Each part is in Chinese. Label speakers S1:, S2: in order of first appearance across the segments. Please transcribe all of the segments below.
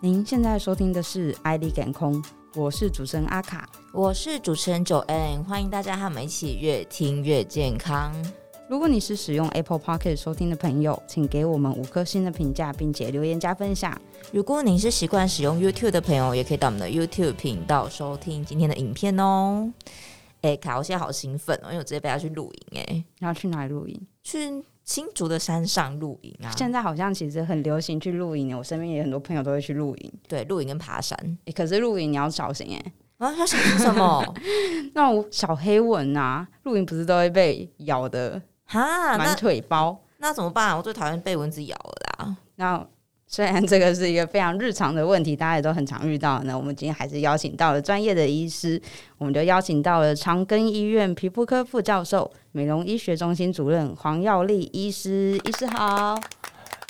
S1: 您现在收听的是《爱丽感空》，我是主持人阿卡。
S2: 我是主持人九 N，欢迎大家和我们一起越听越健康。
S1: 如果你是使用 Apple Pocket 收听的朋友，请给我们五颗星的评价，并且留言加分享。
S2: 如果您是习惯使用 YouTube 的朋友，也可以到我们的 YouTube 频道收听今天的影片哦。哎、卡，我现在好兴奋哦，因为我直接被他去露营哎、
S1: 然后去哪里露营？
S2: 去新竹的山上露营啊。
S1: 现在好像其实很流行去露营，我身边也很多朋友都会去露营。
S2: 对，露营跟爬山
S1: 诶可是露营你要小心哎、
S2: 啊，要小心什么？
S1: 那种小黑蚊啊，露营不是都会被咬的
S2: 哈，
S1: 满
S2: 啊那
S1: 腿包？
S2: 那怎么办？我最讨厌被蚊子咬了啦。
S1: 那虽然这个是一个非常日常的问题，大家也都很常遇到。那我们今天还是邀请到了专业的医师，我们就邀请到了长庚医院皮肤科副教授、美容医学中心主任黄耀丽医师。医师好，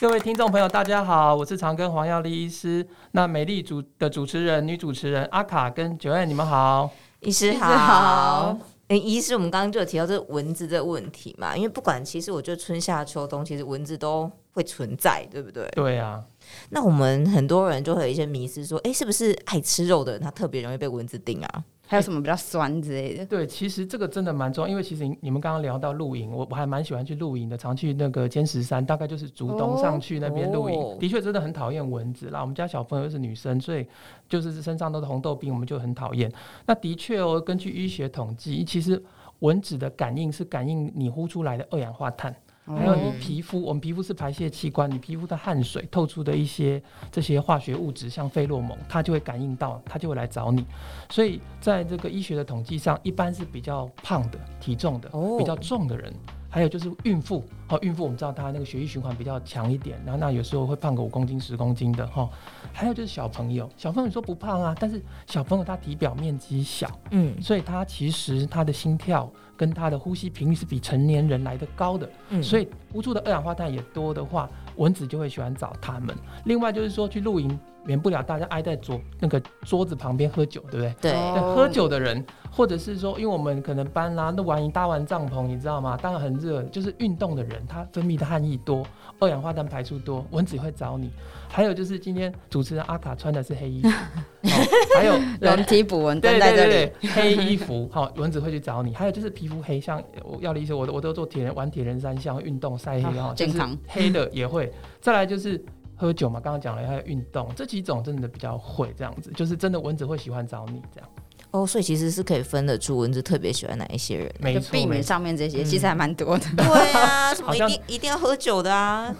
S3: 各位听众朋友，大家好，我是长庚黄耀丽医师。那美丽主的主持人、女主持人阿卡跟九燕，你们好。
S2: 医师
S1: 医师好
S2: 好。诶医师，我们刚刚就有提到这个蚊子这个问题嘛，因为不管其实我觉得春夏秋冬，其实蚊子都会存在，对不对？
S3: 对啊，
S2: 那我们很多人就会有一些迷思，说，诶，是不是爱吃肉的人他特别容易被蚊子叮啊？
S1: 还有什么比较酸之类的？
S3: 对，其实这个真的蛮重要，因为其实你你们刚刚聊到露营，我我还蛮喜欢去露营的，常去那个尖石山，大概就是竹东上去那边露营，
S2: 哦
S3: 的确真的很讨厌蚊子啦。我们家小朋友又是女生，所以就是身上都是红豆冰，我们就很讨厌。那的确哦，根据医学统计，其实蚊子的感应是感应你呼出来的二氧化碳。还有你
S2: 哦
S3: 皮肤，我们皮肤是排泄器官，你皮肤的汗水透出的一些这些化学物质，像费洛蒙，它就会感应到，它就会来找你。所以在这个医学的统计上，一般是比较胖的、体重的
S2: 哦、
S3: 比较重的人，还有就是孕妇。哦，孕妇我们知道她那个血液循环比较强一点，然后那有时候会胖个五公斤、十公斤的哈、哦。还有就是小朋友，小朋友你说不胖啊，但是小朋友他体表面积小，
S2: 嗯
S3: 所以他其实他的心跳跟他的呼吸频率是比成年人来的高的。
S2: 嗯
S3: 所
S2: 以
S3: 以呼出的二氧化碳也多的话，蚊子就会喜欢找它们。另外就是说，去露营免不了大家挨在桌那个桌子旁边喝酒，对不对？
S2: 对，
S1: 哦
S3: 对，喝酒的人，或者是说，因为我们可能搬啦、那完营、搭完帐篷，你知道吗？当然很热，就是运动的人，他分泌的汗液多，二氧化碳排出多，蚊子也会找你。还有就是今天主持人阿卡穿的是黑衣服，哦、还有
S1: 人体捕 蚊灯
S3: 对
S1: 在
S3: 对
S1: 这
S3: 对
S1: 里，
S3: 对，黑衣服，好，蚊子会去找你。还有就是皮肤黑，像我要的意思，我都我都做铁人玩铁人三项，运动晒黑
S1: 啊
S3: 哈，
S1: 健康，
S3: 黑的也会。再来就是喝酒嘛，刚刚讲了还有运动，这几种真的比较会这样子，就是真的蚊子会喜欢找你这样。
S2: 哦，所以其实是可以分得出蚊子特别喜欢哪一些人。
S3: 没
S1: 就
S3: 错
S1: 避，免
S3: 没错。
S1: 上面这些，其实还蛮 多的。
S2: 对啊， 什么
S3: 好
S2: 一
S3: 像
S2: 定一定要喝酒的 啊？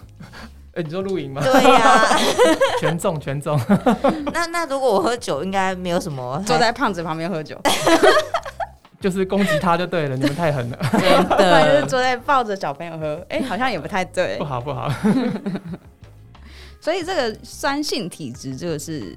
S3: 哎，你说露营吗？
S2: 对呀、
S3: 全中全中，
S2: 那那如果我喝酒，应该没有什么
S1: 坐在胖子旁边喝酒，
S3: 就是攻击他就对了，你们太狠了，
S2: 真
S1: 不 然就是
S2: 的
S1: 坐在抱着小朋友喝，哎、好像也不太对
S3: 不。好不好。
S1: 所以这个酸性体质，这个是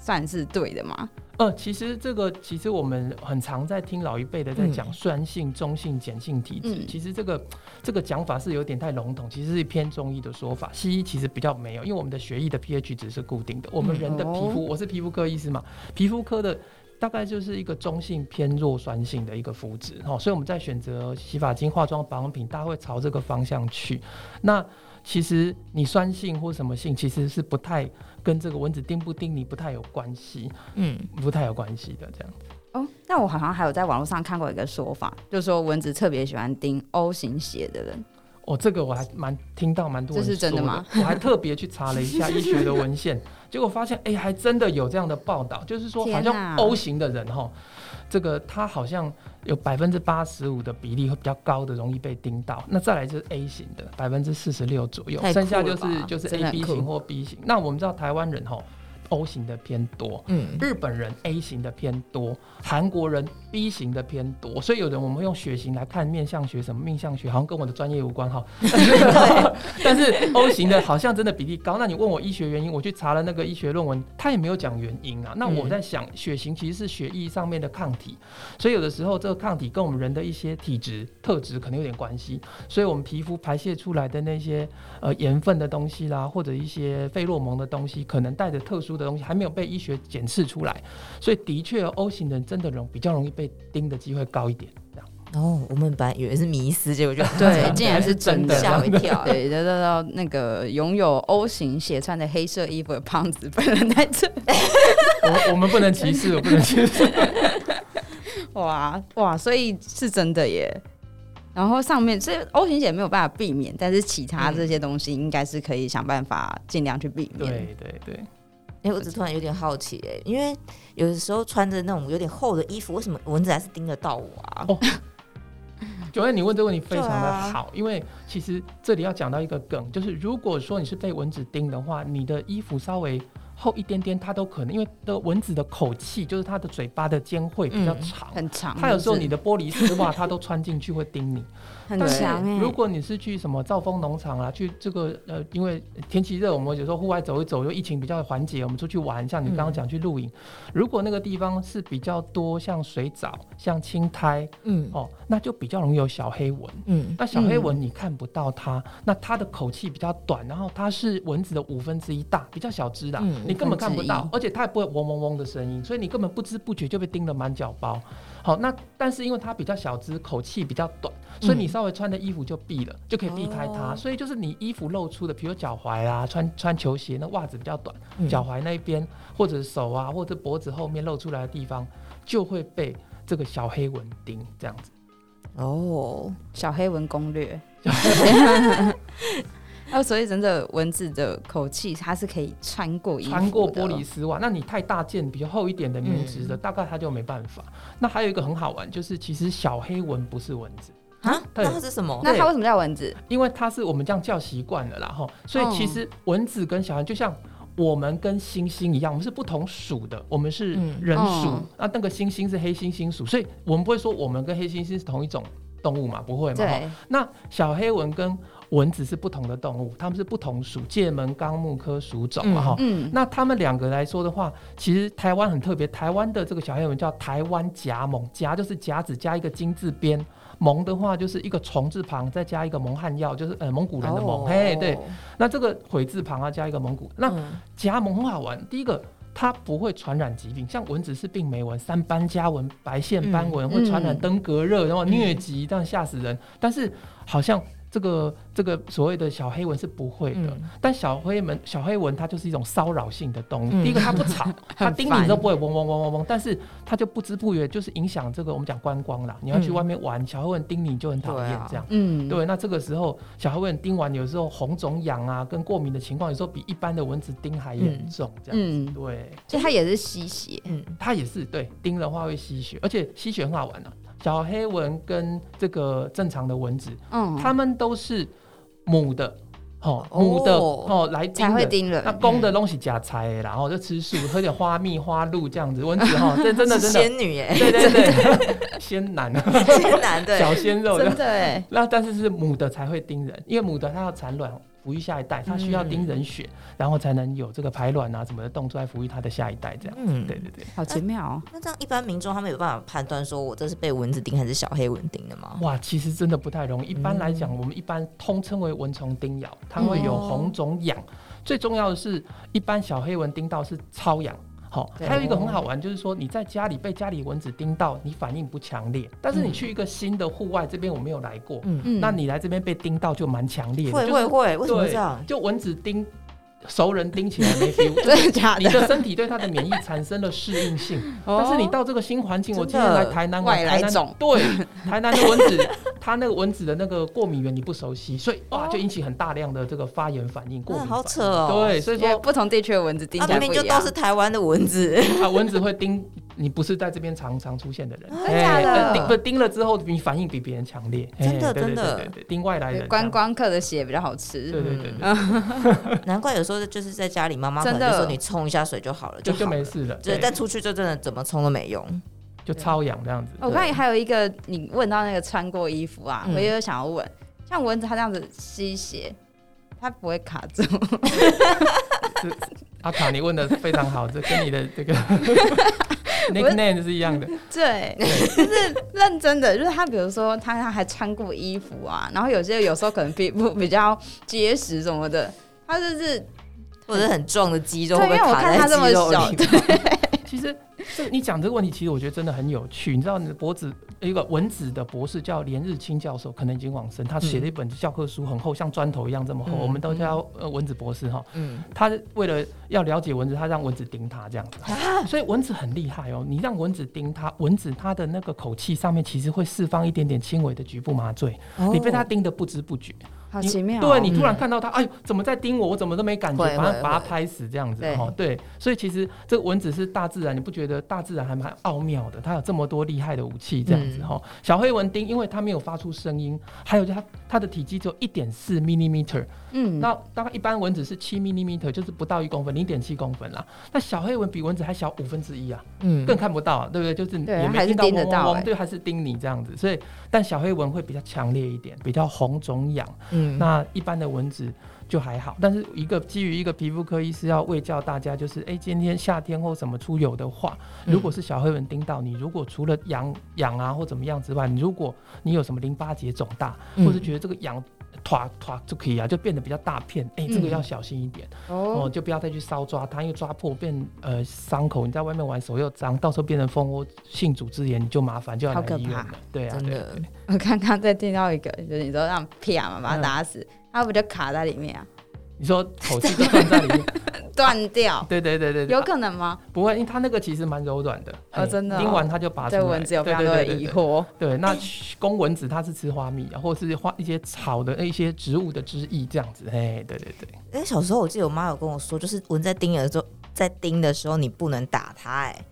S1: 算是对的嘛？
S3: 呃，其实这个其实我们很常在听老一辈的在
S2: 嗯
S3: 讲酸性、中性、碱性体质。
S1: 嗯
S3: 其实这个这个讲法是有点太笼统，其实是偏中医的说法。西医其实比较没有，因为我们的血液的 pH 值是固定的，我们人的皮肤，我是皮肤科医师嘛，皮肤科的。大概就是一个中性偏弱酸性的一个肤质哦，所以我们在选择洗发精、化妆保养品，大家会朝这个方向去。那其实你酸性或什么性，其实是不太跟这个蚊子叮不叮你不太有关系。
S2: 嗯。
S3: 不太有关系的这样。
S1: 哦，那我好像还有在网络上看过一个说法，就是说蚊子特别喜欢叮 O 型血的人。
S3: 哦，这个我还蛮听到蛮多人
S1: 这是真的
S3: 说
S1: 吗？
S3: 我还特别去查了一下医学的 文献，结果发现，哎、还真的有这样的报道，就是说好
S1: 天哪
S3: 像 O 型的人哈，这个他好像有百分之八十五的比例会比较高的容易被叮到。那再来就是 A 型的，百分之四十六左右
S2: 太，酷
S3: 剩下
S2: 了
S3: 就
S2: 吧
S3: 是就是
S1: 真的
S3: A
S1: 很
S3: B
S1: 酷
S3: 型或 B 型。那我们知道台湾人哈 O 型的偏多，
S2: 嗯，
S3: 日本人 A 型的偏多，韩国人 B 型的偏多，所以有人我们会用血型来看面相学什么命相学，好像跟我的专业无关哈。但是 O 型的好像真的比例高。那你问我医学原因，我去查了那个医学论文，他也没有讲原因啊。那我在想，血型其实是血液上面的抗体，所以有的时候这个抗体跟我们人的一些体质特质可能有点关系。所以我们皮肤排泄出来的那些呃盐分的东西啦，或者一些费洛蒙的东西，可能带着特殊的东西还没有被医学检视出来，所以的确 O 型人真的容比较容易被叮的机会高一点。这样
S2: 然后哦我们本来以为是迷思，结果就
S1: 对，竟然是真的，
S2: 吓我一跳。
S1: 对，得到那个拥有 O 型血串的黑色衣服的胖子本人在这，
S3: 我我们不能歧视，我不能歧视。
S1: 哇哇，所以是真的耶。然后上面这 O 型血没有办法避免，但是其他这些东西应该是可以想办法尽量去避免。
S3: 对对对，
S2: 哎、我只突然有点好奇、哎，因为有的时候穿着那种有点厚的衣服，为什么蚊子还是叮得到我啊？
S3: 哦九恩，你问这个问题非常
S2: 对
S3: 的
S2: 啊
S3: 好，因为其实这里要讲到一个梗，就是如果说你是被蚊子叮的话，你的衣服稍微厚一点点，它都可能，因为的蚊子的口气就是它的嘴巴的尖会比较
S2: 嗯
S3: 长，
S1: 很长，
S3: 它有时候你的玻璃丝袜它都穿进去会叮你。
S1: 很
S3: 但是
S1: 强哎、
S3: 如果你是去什么兆丰农场啊，去这个呃，因为天气热，我们有时候户外走一走，就疫情比较缓解，我们出去玩，像你
S1: 嗯
S3: 刚刚讲去露营，如果那个地方是比较多像水藻、像青苔
S2: 嗯
S3: 哦，那就比较容易有小黑蚊。
S2: 嗯，
S3: 那小黑蚊你看不到它，那它的口气比较短，然后它是蚊子的五分之一大，比较小只啦，
S2: 嗯
S3: 你根本看不到
S1: 5分，
S3: 而且它也不会嗡嗡嗡的声音，所以你根本不知不觉就被叮得满脚包。好，那但是因为它比较小只，口气比较短，所以你
S2: 嗯
S3: 稍微穿的衣服就避了，就可以避开它。
S2: 哦
S3: 所以就是你衣服露出的，比如脚踝啊，穿穿球鞋，那袜子比较短，
S2: 嗯
S3: 脚踝那一边或者手啊，或者脖子后面露出来的地方，就会被这个小黑蚊叮这样子。
S2: 哦，
S1: 小黑蚊攻 略。哦，所以真的蚊子的口气，它是可以穿过衣服的
S3: 穿过玻璃丝袜，那你太大件、比较厚一点的棉质的，
S1: 嗯
S3: 大概它就没办法。那还有一个很好玩，就是其实小黑蚊不是蚊子，
S2: 啊，
S3: 对
S2: 那它是什么？
S1: 那它为什么叫蚊子？
S3: 因为它是我们这样叫习惯了啦哈，吼所以
S1: 哦
S3: 其实蚊子跟小黑就像。我们跟猩猩一样，我们是不同属的，我们是
S2: 嗯
S3: 人属，
S1: 哦
S3: 那那个猩猩是黑猩猩属，所以我们不会说我们跟黑猩猩是同一种动物嘛，不会嘛？吼
S1: 对，
S3: 那小黑蚊跟蚊子是不同的动物，它们是不同属，界门纲目科属种嘛
S2: 嗯
S3: 哈。吼
S1: 嗯，
S3: 那他们两个来说的话，其实台湾很特别，台湾的这个小黑蚊叫台湾夹猛，夹就是夹子加一个金字边，蒙的话就是一个虫字旁再加一个蒙汗药，就是呃蒙古人的蒙，
S2: 哦
S3: 嘿对。，那这个悔字旁啊加一个蒙古，那
S2: 嗯
S3: 夹蒙很好玩，第一个。它不会传染疾病，像蚊子是病媒蚊、三斑家蚊、白线斑蚊、
S1: 嗯
S3: 会传染
S1: 嗯
S3: 登革热，然后
S2: 嗯
S3: 疟疾，这样吓死人。但是好像这个这个所谓的小黑蚊是不会的，
S2: 嗯
S3: 但小黑蚊，小黑蚊它就是一种骚扰性的动物。
S2: 嗯
S3: 第一个它 不吵，它叮
S1: 很
S3: 你
S1: 烦
S3: 都不会嗡嗡嗡嗡嗡，但是它就不知不觉就是影响这个我们讲观光啦。你要去
S2: 嗯
S3: 外面玩，小黑蚊叮你就很讨
S2: 对
S3: 厌
S2: 啊
S3: 这样。
S1: 嗯，
S3: 对，那这个时候小黑蚊叮完，有时候红肿痒啊，跟过敏的情况，有时候比一般的蚊子叮还严重，这样。
S1: 嗯，
S3: 对，
S1: 所以它也是吸血，
S2: 嗯，
S3: 它也是对叮的话会吸血，而且吸血很好玩啊。小黑蚊跟这个正常的蚊子，
S1: 嗯，
S3: 它们都是母的，哦，
S2: 哦
S3: 母的哦来叮
S1: 才会
S3: 的。
S1: 叮人
S3: 那。公的东西假财啦，然后就吃素，喝点花蜜花露这样子，蚊子哈，这真的
S2: 是
S3: 真的，
S2: 仙女哎，
S3: 对对对， 鲜男
S2: 仙男对，
S3: 小鲜肉
S1: 真
S3: 的。
S1: 的
S2: 欸
S1: 哎，
S3: 那但是是母的才会叮人，因为母的它要产卵抚育下一代，它需要叮人血，然后才能有这个排卵啊什么的动作来抚育它的下一代这样。
S2: 嗯
S3: 对对对，
S1: 好奇妙哦！
S2: 那这样一般民众他们有办法判断说我这是被蚊子叮还是小黑蚊叮的吗？
S3: 哇，其实真的不太容易。一般来讲，我们一般通称为蚊虫叮咬，它会有红肿痒。最重要的是，一般小黑蚊叮到是瘙痒。好、
S2: 对
S3: 还有一个很好玩，就是说你在家里被家里蚊子叮到，你反应不强烈，但是你去一个新的户外，这边我没有来过，
S2: 嗯，
S1: 嗯，
S3: 那你来这边被叮到就蛮强烈的，
S2: 会
S3: 就是
S2: 会会，为什么
S3: 对
S2: 这样？
S3: 就蚊子叮，熟人叮起来没 feel，就
S1: 真的假
S3: 你的身体对它的免疫产生了适 应性。
S1: 哦
S3: 但是你到这个新环境，我今
S2: 真
S3: 天
S2: 的
S3: 来台南玩，
S1: 外
S3: 台
S1: 来
S3: 南
S1: 种
S3: 对台南的蚊子， 它那个蚊子的那个过敏源你不熟悉，所以哇，就引起很大量的这个发炎反应，过
S2: 那哦
S3: 敏
S2: 啊好
S3: 反
S2: 扯哦，
S3: 对，所以
S1: 因为
S3: 说
S1: 不同地区的蚊子叮
S2: 啊，
S1: 起来
S2: 明
S1: 不
S2: 明
S1: 一
S2: 就
S1: 样，
S2: 都是台湾的蚊 子，
S3: 啊，蚊子会叮你不是在这边常常出现的人，
S2: 啊真假的
S3: 呃叮不叮了之后，你反应比别人强烈，哎
S2: 真的
S3: 对对
S2: 真的
S3: 对对对叮外来人这样，
S1: 观光客的血比较好
S3: 对
S1: 吃。
S3: 对对对，
S2: 嗯难怪有时候就是在家里，妈妈可
S1: 真
S2: 能
S1: 的
S2: 就说你冲一下水就好了，
S3: 就
S2: 就
S3: 就
S2: 好
S3: 没
S2: 了
S3: 事了，
S2: 对，
S3: 对
S2: 但出去就真的怎么冲都没用。
S3: 就超痒这样子。
S1: 哦我
S3: 对
S1: 刚才还有一个，你问到那个穿过衣服啊，
S2: 嗯
S1: 我也有想要问，像蚊子它这样子吸血，它不会卡住，
S3: 阿卡，你问的非常好，这跟你的 这个 nickname 是一样的。
S1: 对，就是认真的，就是他，比如说他他还穿过衣服啊，然后有些有时候可能皮肤比较结实什么的，他就是
S2: 或者很壮的肌肉
S1: 对
S2: 会不
S1: 因
S2: 会
S1: 为我
S2: 卡
S1: 看
S2: 在
S1: 它这么
S2: 肌肉
S1: 小
S2: 里面？
S3: 其实这你讲这个问题，其实我觉得真的很有趣。你知道，博子一个文子的博士叫连日清教授，可能已经往生，他写了一本教科书，很厚，像砖头一样这么厚，
S2: 嗯
S3: 我们都叫他呃文子博士哈。
S2: 嗯，
S3: 他为了要了解蚊子，他让蚊子叮他这样子，
S1: 啊
S3: 所以蚊子很厉害哦。你让蚊子叮它，蚊子它的那个口气上面其实会释放一点点轻微的局部麻醉，
S1: 嗯哦
S3: 你被它叮得不知不觉。
S1: 好
S3: 你
S1: 奇妙、哦，
S3: 对你突然看到它，哎呦，怎么在叮我？我怎么都没感觉，
S2: 会
S3: 把它
S2: 会
S3: 把它
S2: 会
S3: 拍死这样子
S1: 对
S3: 哦。对，所以其实这个蚊子是大自然，你不觉得大自然还蛮奥妙的？它有这么多厉害的武器这样子
S2: 嗯
S3: 哈。小黑蚊叮，因为它没有发出声音，还有就它它的体积只有一点四 millimeter，
S1: 嗯，
S3: 那大概一般蚊子是七 millimeter，就是不到一公分，零点七公分啦。那小黑蚊比蚊子还小五分之一啊，
S2: 嗯
S3: 更看不到、啊，对不对？就是
S1: 对
S3: 也没
S1: 还是
S3: 听到
S1: 叮得
S3: 嗡
S1: 到
S3: 嗡嗡
S1: 欸
S3: 对，还是叮你这样子。所以，但小黑蚊会比较强烈一点，比较红肿痒。
S2: 嗯
S3: 那一般的蚊子就还好，但是一个基于一个皮肤科医师要卫教大家，就是哎，诶今天夏天或什么出游的话，
S2: 嗯
S3: 如果是小黑蚊叮到你，如果除了痒痒啊或怎么样之外，你如果你有什么淋巴结肿大，
S1: 嗯
S3: 或是觉得这个痒。团团就可以啊，就变得比较大片，哎、这个
S1: 嗯
S3: 要小心一点、哦，
S1: 哦，
S3: 就不要再去搔抓它，因为抓破变呃伤口，你在外面玩手又脏，到时候变成蜂窝性组织炎，你就麻烦，就要
S1: 好
S3: 来
S1: 可
S3: 医院
S1: 怕
S3: 了。对啊，
S2: 真
S3: 对
S2: 的
S3: 对
S1: 我刚刚再听到一个，就是你说让啪嘛把它
S3: 嗯
S1: 打死，它不就卡在里面啊，
S3: 你说口气都断在里面，
S1: 断掉，
S3: 对对对对对，
S1: 有可能吗？
S3: 不会，因为它那个其实蛮柔软的，
S1: 哦
S3: 嘿
S1: 真的哦
S3: 叮完它就拔出
S1: 这
S3: 来。
S1: 蚊子有非
S3: 对
S1: 常多的疑。
S3: 对对对对
S1: 惑，
S3: 对，那公蚊子它是吃花蜜啊，或是花一些草的一些植物的汁液这样子。嘿，对对对，
S2: 哎、小时候我记得我妈有跟我说，就是蚊在叮的时候，在叮的时候你不能打它、哎，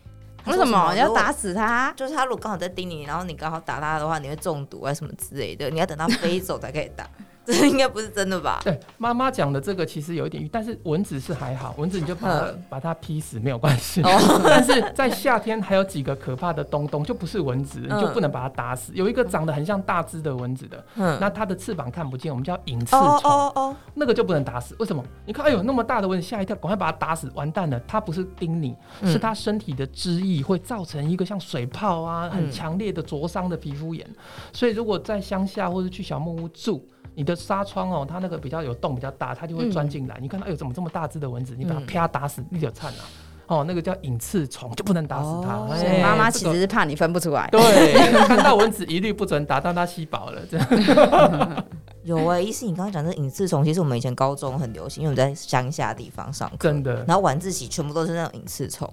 S2: 她
S1: 为
S2: 说
S1: 什么你要
S2: 如果
S1: 打死它？
S3: 哦
S2: 就是它如果刚好在叮你，然后你刚好打它的话，你会中毒啊什么之类的，你要等它飞走才可以 打。这应该不是真的吧？
S3: 对妈妈讲的这个其实有一点，但是蚊子是还好，蚊子你就把它把它劈死没有关系。
S1: 哦
S3: 但是在夏天还有几个可怕的东东，就不是蚊子，你就
S2: 嗯
S3: 不能把它打死。有一个长得很像大只的蚊子的，
S2: 嗯，
S3: 那它的翅膀看不见，我们叫隐翅
S2: 哦
S3: 虫。
S2: 哦哦，
S3: 那个就不能打死，为什么？你看，哎呦，那么大的蚊子，吓一跳，赶快把它打死，完蛋了！它不是叮你，
S2: 嗯
S3: 是它身体的汁液会造成一个像水泡啊，很强烈的灼伤的皮肤炎。所以如果在乡下或是去小木屋住，你的纱窗哦，它那个比较有洞比较大，它就会钻进来。你看到，哎呦，怎么这么大只的蚊子？你把它
S2: 嗯
S3: 啪打死，你就惨了。哦，那个叫隐翅虫，就不能打死它。
S2: 哦
S3: 哎
S1: 所以妈妈
S3: 这
S1: 其
S3: 个
S1: 实是怕你分不出来，
S3: 对， 看到蚊子一律不准打，当它吸饱了，这样
S2: 有哎、意思你刚刚讲这隐翅虫，其实我们以前高中很流行，因为我们在乡下地方上课，
S3: 真的。
S2: 然后晚自习全部都是那种隐翅虫，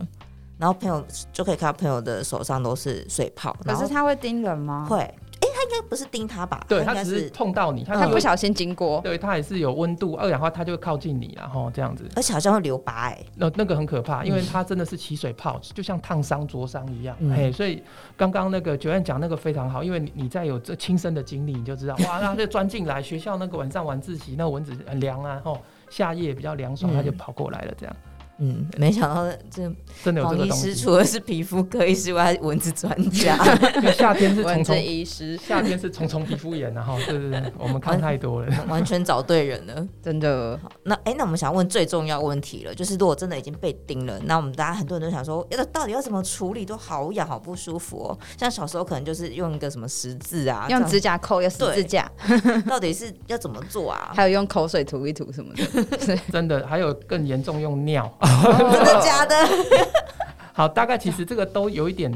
S2: 然后朋友就可以看到朋友的手上都是水泡，
S1: 可
S2: 然后
S1: 是它会叮人吗？
S2: 会，哎、它应该不是叮它吧？
S3: 对，
S2: 它
S3: 它
S2: 应该
S3: 只是
S2: 是，
S3: 碰到你，它
S1: 它
S3: 就
S1: 不小心经过，
S3: 对，它也是有温度，二氧化它就会靠近你，然后这样子，
S2: 而且好像会留疤哎、
S3: 那那个很可
S1: 嗯
S3: 怕，因为它真的是起水泡，就像烫伤、灼伤一样。
S2: 嗯
S3: 嘿，所以刚刚那个九院讲那个非常好，因为你你在有这亲身的经历，你就知道， 哇，那就钻进来，学校那个晚上晚自习，那蚊子很凉啊，吼，夏夜比较凉爽，
S2: 嗯
S3: 它就跑过来了，这样
S2: 嗯，没想到这
S3: 真的有
S2: 黄
S1: 哦
S3: 这个
S2: 医
S3: 东
S2: 师
S3: 西。
S2: 除了是皮肤科医师外，还是蚊子专家。
S3: 因为夏天是
S1: 蚊
S3: 虫
S1: 子
S3: 虫，
S1: 医师
S3: 夏天是虫虫皮肤炎啊，哈，对对对，我们看太多了。
S2: 完全找对人了。
S1: 真的
S2: 好，那哎、那我们想问最重要问题了，就是如果真的已经被叮了，那我们大家很多人都想说，要到底要怎么处理，都好痒，好不舒服哦。像小时候可能就是用一个什么十字啊，
S1: 用
S2: 这
S1: 指甲抠，有十字架，
S2: 样到底是要怎么做 啊？
S1: 还有用口水涂一涂什么的，
S3: 真的，还有更严重用尿。
S2: 真的假的？
S3: 好，大概其实这个都有一点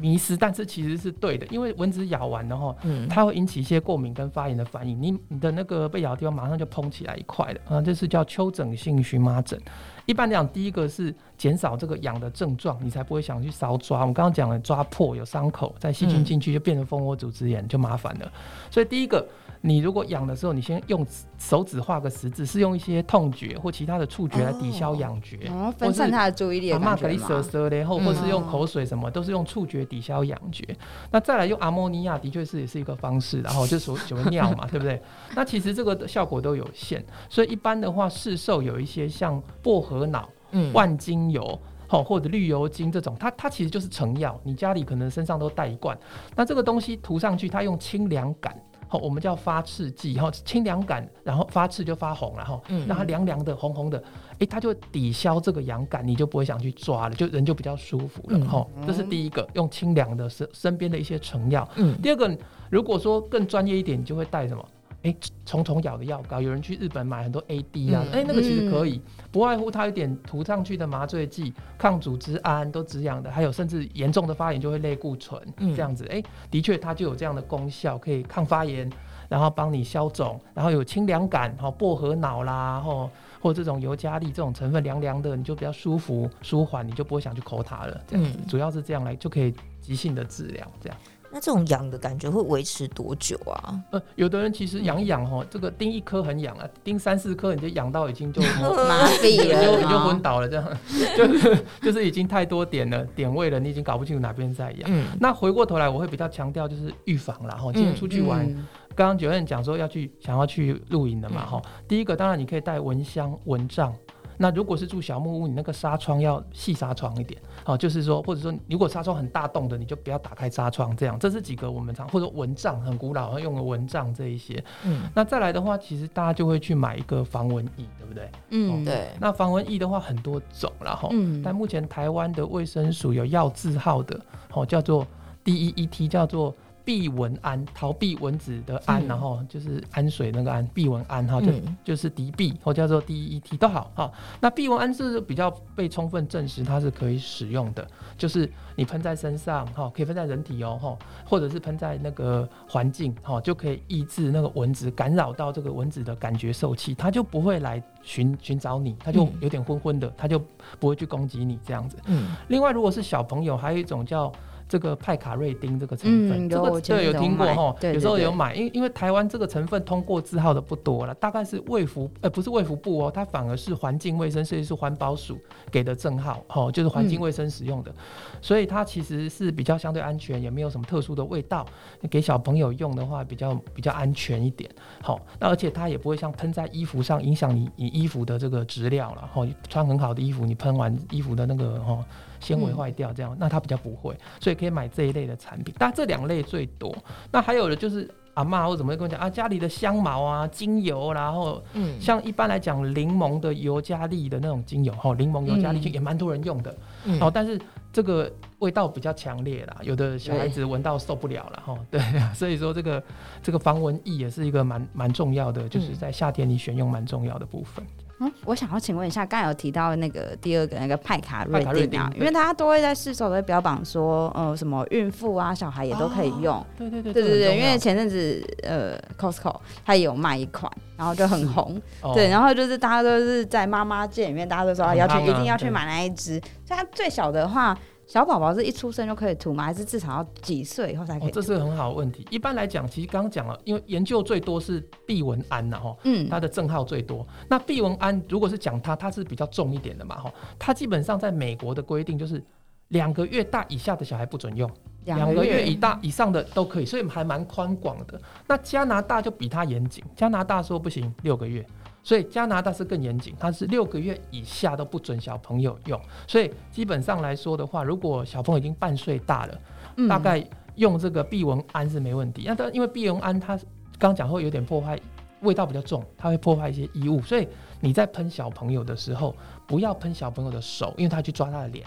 S3: 迷失，但是其实是对的，因为蚊子咬完然后
S2: 嗯，
S3: 它会引起一些过敏跟发炎的反应，你你的那个被咬的地方马上就膨起来一块了，啊、这是叫丘疹性荨麻疹。一般来讲，第一个是减少这个痒的症状，你才不会想去搔抓。我们刚刚讲了，抓破有伤口，在细菌进去就变成蜂窝组织炎，就麻烦了。所以第一个，你如果痒的时候，你先用手指画个十字，是用一些痛觉或其他的触觉来抵消痒觉。
S1: 然后哦分散他的注意力
S3: 阿
S1: 的
S3: 妈
S1: 感觉
S3: 给你
S1: 嘛
S3: 蛇。蛇嘞，或
S2: 嗯
S3: 或是用口水什么，都是用触觉抵消痒觉。那再来用阿莫尼亚，的确是也是一个方式，然后就所所谓尿嘛，对不对？那其实这个效果都有限，所以一般的话，市售有一些像薄荷脑、
S2: 嗯，
S3: 万金油。哦，或者绿油精这种，它它其实就是成药，你家里可能身上都带一罐。那这个东西涂上去，它用清凉感，好、我们叫发赤剂，哈、清凉感，然后发赤就发红了，哈、
S2: 嗯
S3: 让它凉凉的、红红的，诶，它就抵消这个痒感，你就不会想去抓了，就人就比较舒服了，
S2: 嗯
S3: 哈、这是第一个，用清凉的身身边的一些成药。
S2: 嗯
S3: 第二个，如果说更专业一点，你就会带什么？哎虫虫咬的药膏，有人去日本买很多 AD 啊，
S2: 嗯
S3: 哎、那个其实可以，不外乎它有点涂上去的麻醉剂、抗组织胺都止痒的，还有甚至严重的发炎就会类固醇、
S2: 嗯
S3: 这样子，哎、的确它就有这样的功效，可以抗发炎，然后帮你消肿，然后有清凉感，哈、薄荷脑啦，吼、或这种尤加利这种成分凉凉的，你就比较舒服舒缓，你就不会想去抠它了。这样
S2: 嗯，
S3: 主要是这样来就可以急性的治疗这样。
S2: 那这种痒的感觉会维持多久啊？
S3: 呃，有的人其实痒一痒哦，这个叮一颗很痒啊，叮三四颗你就痒到已经就
S1: 麻
S3: 你
S1: 痹
S3: 就
S1: 了
S3: 你就昏
S1: 吗？
S3: 倒了，这样 就是就是已经太多点了点位了，你已经搞不清楚哪边在痒。
S2: 嗯
S3: 那回过头来，我会比较强调就是预防啦。哈，今天
S2: 嗯
S3: 出去玩，
S1: 嗯
S3: 刚刚九院讲说要去想要去露营的嘛，
S2: 嗯
S3: 哈、第一个当然你可以带蚊香、蚊帐。那如果是住小木屋，你那个纱窗要细纱窗一点，好、就是说，或者说如果纱窗很大洞的，你就不要打开纱窗，这样，这是几个我们常或者蚊帐很古老用的蚊帐这一些。
S2: 嗯，
S3: 那再来的话，其实大家就会去买一个防蚊液，对不对？
S1: 嗯，
S2: 对，
S3: 那防蚊液的话很多种啦，哈、
S1: 嗯，
S3: 哦但目前台湾的卫生署有药字号的，哦，叫做 DEET，叫做避蚊胺，逃避蚊子的胺，
S2: 嗯
S3: 然后就是氨水那个胺，避蚊胺哈，就、
S2: 嗯
S3: 就是敌避，或叫做 DEET 都好哈、那避蚊胺是比较被充分证实它是可以使用的，就是你喷在身上哈、可以喷在人体哦哈、或者是喷在那个环境哈、就可以抑制那个蚊子干扰到这个蚊子的感觉受器，它就不会来寻寻找你，它就
S2: 嗯
S3: 有点昏昏的，它就不会去攻击你这样子。
S2: 嗯
S3: 另外，如果是小朋友，还有一种叫这个派卡瑞丁这个成分，
S1: 嗯
S3: 这
S1: 有
S3: 个
S1: 我前
S3: 对
S1: 阵
S3: 有
S1: 子有
S3: 听过
S1: 买
S3: 哈，
S1: 对
S3: 有时候
S1: 对对
S3: 有买，因因为台湾这个成分通过字号的不多了，大概是卫福呃不是卫福部哦，它反而是环境卫生设计是环保署给的证号哦，就是环境卫生使用的，所以它其实是比较相对安全，也没有什么特殊的味道，给小朋友用的话比较比较安全一点。好、那而且它也不会像喷在衣服上影响你你衣服的这个质量了。哦，穿很好的衣服，你喷完衣服的那个哦纤维坏掉，这样、那它比较不会，所以可以买这一类的产品。但这两类最多。那还有的就是阿嬷或怎么会跟我讲啊，家里的香茅啊、精油啦，然后
S2: 嗯，
S3: 像一般来讲柠檬的尤加利的那种精油，哦，柠檬尤加利
S1: 嗯
S3: 也蛮多人用的。
S2: 嗯
S3: 哦，但是这个味道比较强烈啦，有的小孩子闻到受不了了哈。对， 所以说这个这个防蚊液也是一个蛮蛮重要的，就是在夏天你选用蛮重要的部分。
S1: 嗯，我想要请问一下，刚才有提到那个第二个那个派卡瑞
S3: 派卡瑞
S1: 定啊
S3: 丁，对
S1: 因为大家都会在市售都会标榜说，呃，什么孕妇啊、小孩也都可以用。
S3: 对对对
S1: 对对对，因为
S3: 哦这
S1: 前阵子呃，Costco 它也有卖一款，然后就很红，
S3: 很重要
S1: 对，
S3: 哦
S1: 然后就是大家都是在妈妈界里面，大家都说啊
S3: 很
S1: 要去
S3: 夯啊
S1: 一定要去
S3: 对
S1: 买那一只。所以它最小的话，小宝宝是一出生就可以涂吗？还是至少要几岁以后才可
S3: 哦
S1: 以，涂？
S3: 这是很好的问题。一般来讲，其实刚刚讲了，因为研究最多是避蚊胺呐，哈，
S1: 嗯
S3: 它的正号最多。那避蚊胺如果是讲它，它是比较重一点的嘛，哈，它基本上在美国的规定就是两个月大以下的小孩不准用。两个月以大以上的都可以，所以还蛮宽广的。那加拿大就比它严谨，加拿大说不行六个月，所以加拿大是更严谨，它是六个月以下都不准小朋友用。所以基本上来说的话，如果小朋友已经半岁大了，
S1: 嗯
S3: 大概用这个避蚊胺是没问题。那但因为避蚊胺它刚讲会有点破坏，味道比较重，它会破坏一些衣物，所以你在喷小朋友的时候，不要喷小朋友的手，因为它去抓他的脸，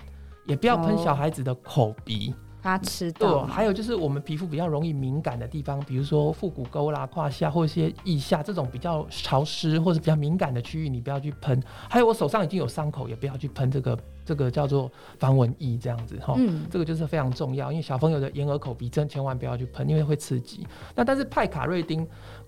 S3: 也不要喷
S1: 哦
S3: 小孩子的口鼻。
S1: 他吃
S3: 对
S1: 到
S3: 哦，
S1: 吗，
S3: 还有就是我们皮肤比较容易敏感的地方，比如说腹股沟啦、胯下或一些腋下这种比较潮湿或者比较敏感的区域，你不要去喷。还有我手上已经有伤口，也不要去喷这个这个叫做防蚊液这样子哈。
S1: 嗯
S3: 这个就是非常重要，因为小朋友的眼、耳、口、鼻真千万不要去喷，因为会刺激。那但是派卡瑞丁，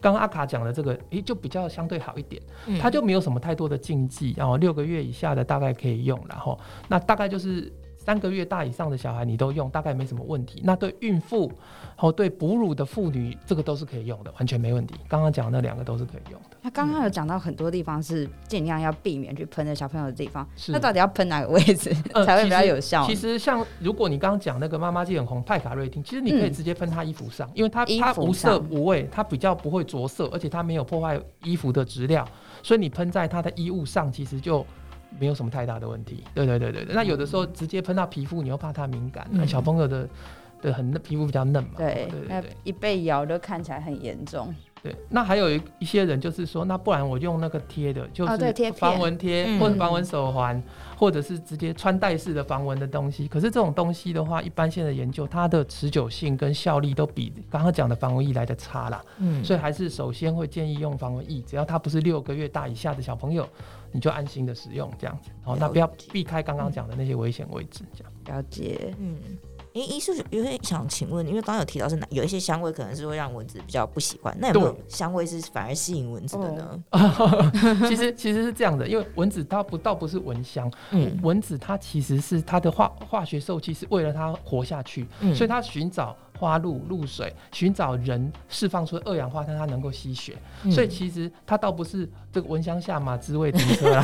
S3: 刚刚阿卡讲的这个，诶，就比较相对好一点。
S2: 嗯
S3: 它就没有什么太多的禁忌，然后六个月以下的大概可以用，然后那大概就是三个月大以上的小孩你都用，大概没什么问题。那对孕妇，哦对哺乳的妇女，这个都是可以用的，完全没问题。刚刚讲的那两个都是可以用的。
S1: 他刚刚有讲到很多地方是尽量要避免去喷的小朋友的地方，
S3: 是
S1: 那到底要喷哪个位置、
S3: 呃
S1: 才会比较
S3: 其实
S1: 有效呢？
S3: 其实像如果你刚刚讲那个妈妈界很红派卡瑞汀，其实你可以直接喷她衣服上，因为它
S1: 嗯衣
S3: 它
S1: 服
S3: 无色
S1: 上
S3: 无味，它比较不会着色，而且它没有破坏衣服的质量，所以你喷在它的衣物上，其实就。没有什么太大的问题，对对对对
S1: 嗯
S3: 对。那有的时候直接喷到皮肤，你又怕它敏感，
S2: 嗯
S3: 小朋友的的很皮肤比较嫩嘛，
S1: 对
S3: 对，对
S1: 那
S3: 对。
S1: 一被咬就看起来很严重。
S3: 对，那还有一一些人就是说，那不然我用那个贴的，就
S1: 哦对贴
S3: 是
S1: 片
S3: 防蚊贴、
S2: 嗯
S3: 或者防蚊手环，或者是直接穿戴式的防蚊的东西。可是这种东西的话，一般现在研究它的持久性跟效力都比刚刚讲的防蚊液来的差啦，
S2: 嗯，
S3: 所以还是首先会建议用防蚊液，只要它不是六个月大以下的小朋友，你就安心的使用这样子。好，那不要
S2: 了解
S3: 避开刚刚讲的那些危险位置，这样。
S1: 了解。
S2: 嗯，诶，医师有点想请问，因为刚刚有提到是哪有一些香味可能是会让蚊子比较不喜欢，那有没有香味是反而吸引蚊子的呢？
S3: 哦其实其实是这样的，因为蚊子它不倒不是蚊香，
S2: 嗯
S3: 蚊子它其实是它的化化学受气是为了它活下去，
S2: 嗯
S3: 所以它寻找花露、露水，寻找人释放出二氧化碳，它能够吸血。
S2: 以
S3: 所以其实它倒不是这个蚊香下马滋味停 车啦，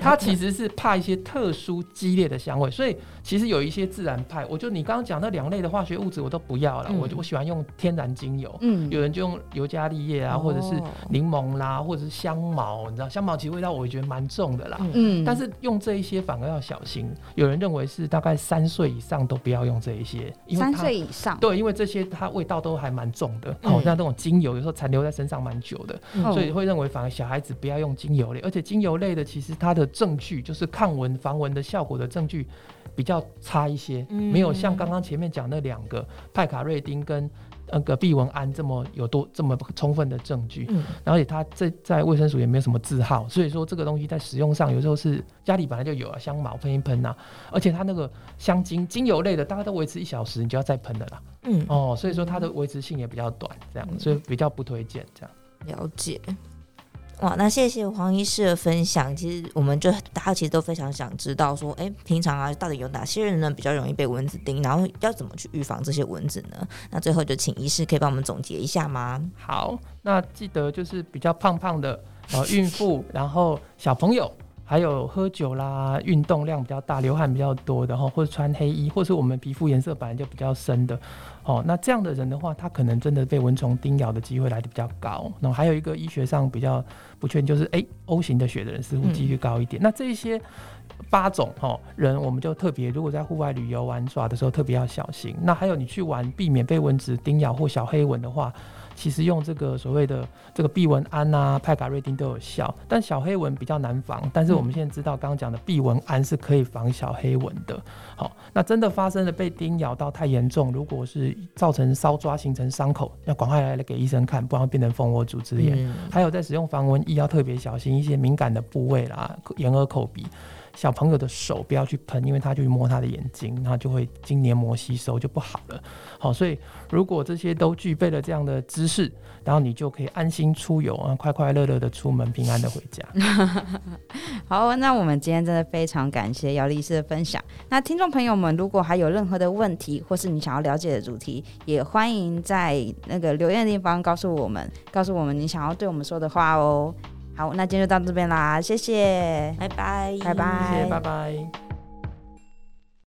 S3: 它其实是怕一些特殊激烈的香味。所以其实有一些自然派，我就你刚刚讲那两类的化学物质我都不要了，
S2: 嗯
S3: 我就我喜欢用天然精油，
S1: 嗯，
S3: 有人就用尤加利叶啊，或者
S2: 哦
S3: 是柠檬啦，或者是香茅，你知道香茅其实味道我觉得蛮重的啦。
S1: 嗯，
S3: 但是用这一些反而要小心。有人认为是大概三岁以上都不要用这一些，因为
S1: 三
S3: 它
S1: 岁以上，
S3: 对，因为这些它味道都还蛮重的。
S2: 嗯
S3: 哦，那这种精油有时候残留在身上蛮久的，
S2: 嗯
S3: 所以会认为反而小孩子不要用精油类，而且精油类的其实它的证据就是抗蚊防蚊的效果的证据比较差一些，
S2: 嗯
S3: 没有像刚刚前面讲那两个派卡瑞丁跟。那个避蚊胺这么有多这么充分的证据，
S2: 嗯
S3: 然后也它在在卫生署也没有什么字号，所以说这个东西在使用上有时候是家里本来就有啊，香茅喷一喷啊，而且它那个香精精油类的大概都维持一小时，你就要再喷的啦。
S2: 嗯
S3: 哦，所以说它的维持性也比较短，这样，所以比较不推荐这样。
S2: 了解。哇，那谢谢黄医师的分享。其实我们就大家其实都非常想知道说，哎、平常啊，到底有哪些人呢比较容易被蚊子叮，然后要怎么去预防这些蚊子呢？那最后就请医师可以帮我们总结一下吗？
S3: 好，那记得就是比较胖胖的呃孕妇，然后小朋友，还有喝酒啦、运动量比较大、流汗比较多的，然后哦或者穿黑衣，或是我们皮肤颜色本来就比较深的，哦，那这样的人的话，他可能真的被蚊虫叮咬的机会来的比较高。那还有一个医学上比较不确定，就是诶 o 型的血的人似乎几率高一点。那这一些八种哦人，我们就特别如果在户外旅游玩耍的时候特别要小心。那还有你去玩，避免被蚊子叮咬或小黑蚊的话，其实用这个所谓的这个避蚊胺啊、派卡瑞丁都有效，但小黑蚊比较难防。但是我们现在知道，刚刚讲的避蚊胺是可以防小黑蚊的。好，那真的发生了被叮咬到太严重，如果是造成烧抓形成伤口，要赶快来给医生看，不然会变成蜂窝组织炎。
S2: 嗯
S3: 还有在使用防蚊液要特别小心一些敏感的部位啦，眼耳口鼻。小朋友的手不要去喷，因为他去摸他的眼睛，他就会经黏膜吸收就不好了。好，所以如果这些都具备了这样的知识，然后你就可以安心出游啊，快快乐乐的出门，平安的回家。
S1: 好，那我们今天真的非常感谢姚律师的分享。那听众朋友们，如果还有任何的问题，或是你想要了解的主题，也欢迎在那个留言的地方告诉我们，告诉我们你想要对我们说的话哦。好，那今天就到这边啦，谢谢，
S2: 拜拜，
S1: 拜拜
S3: 谢谢，拜拜。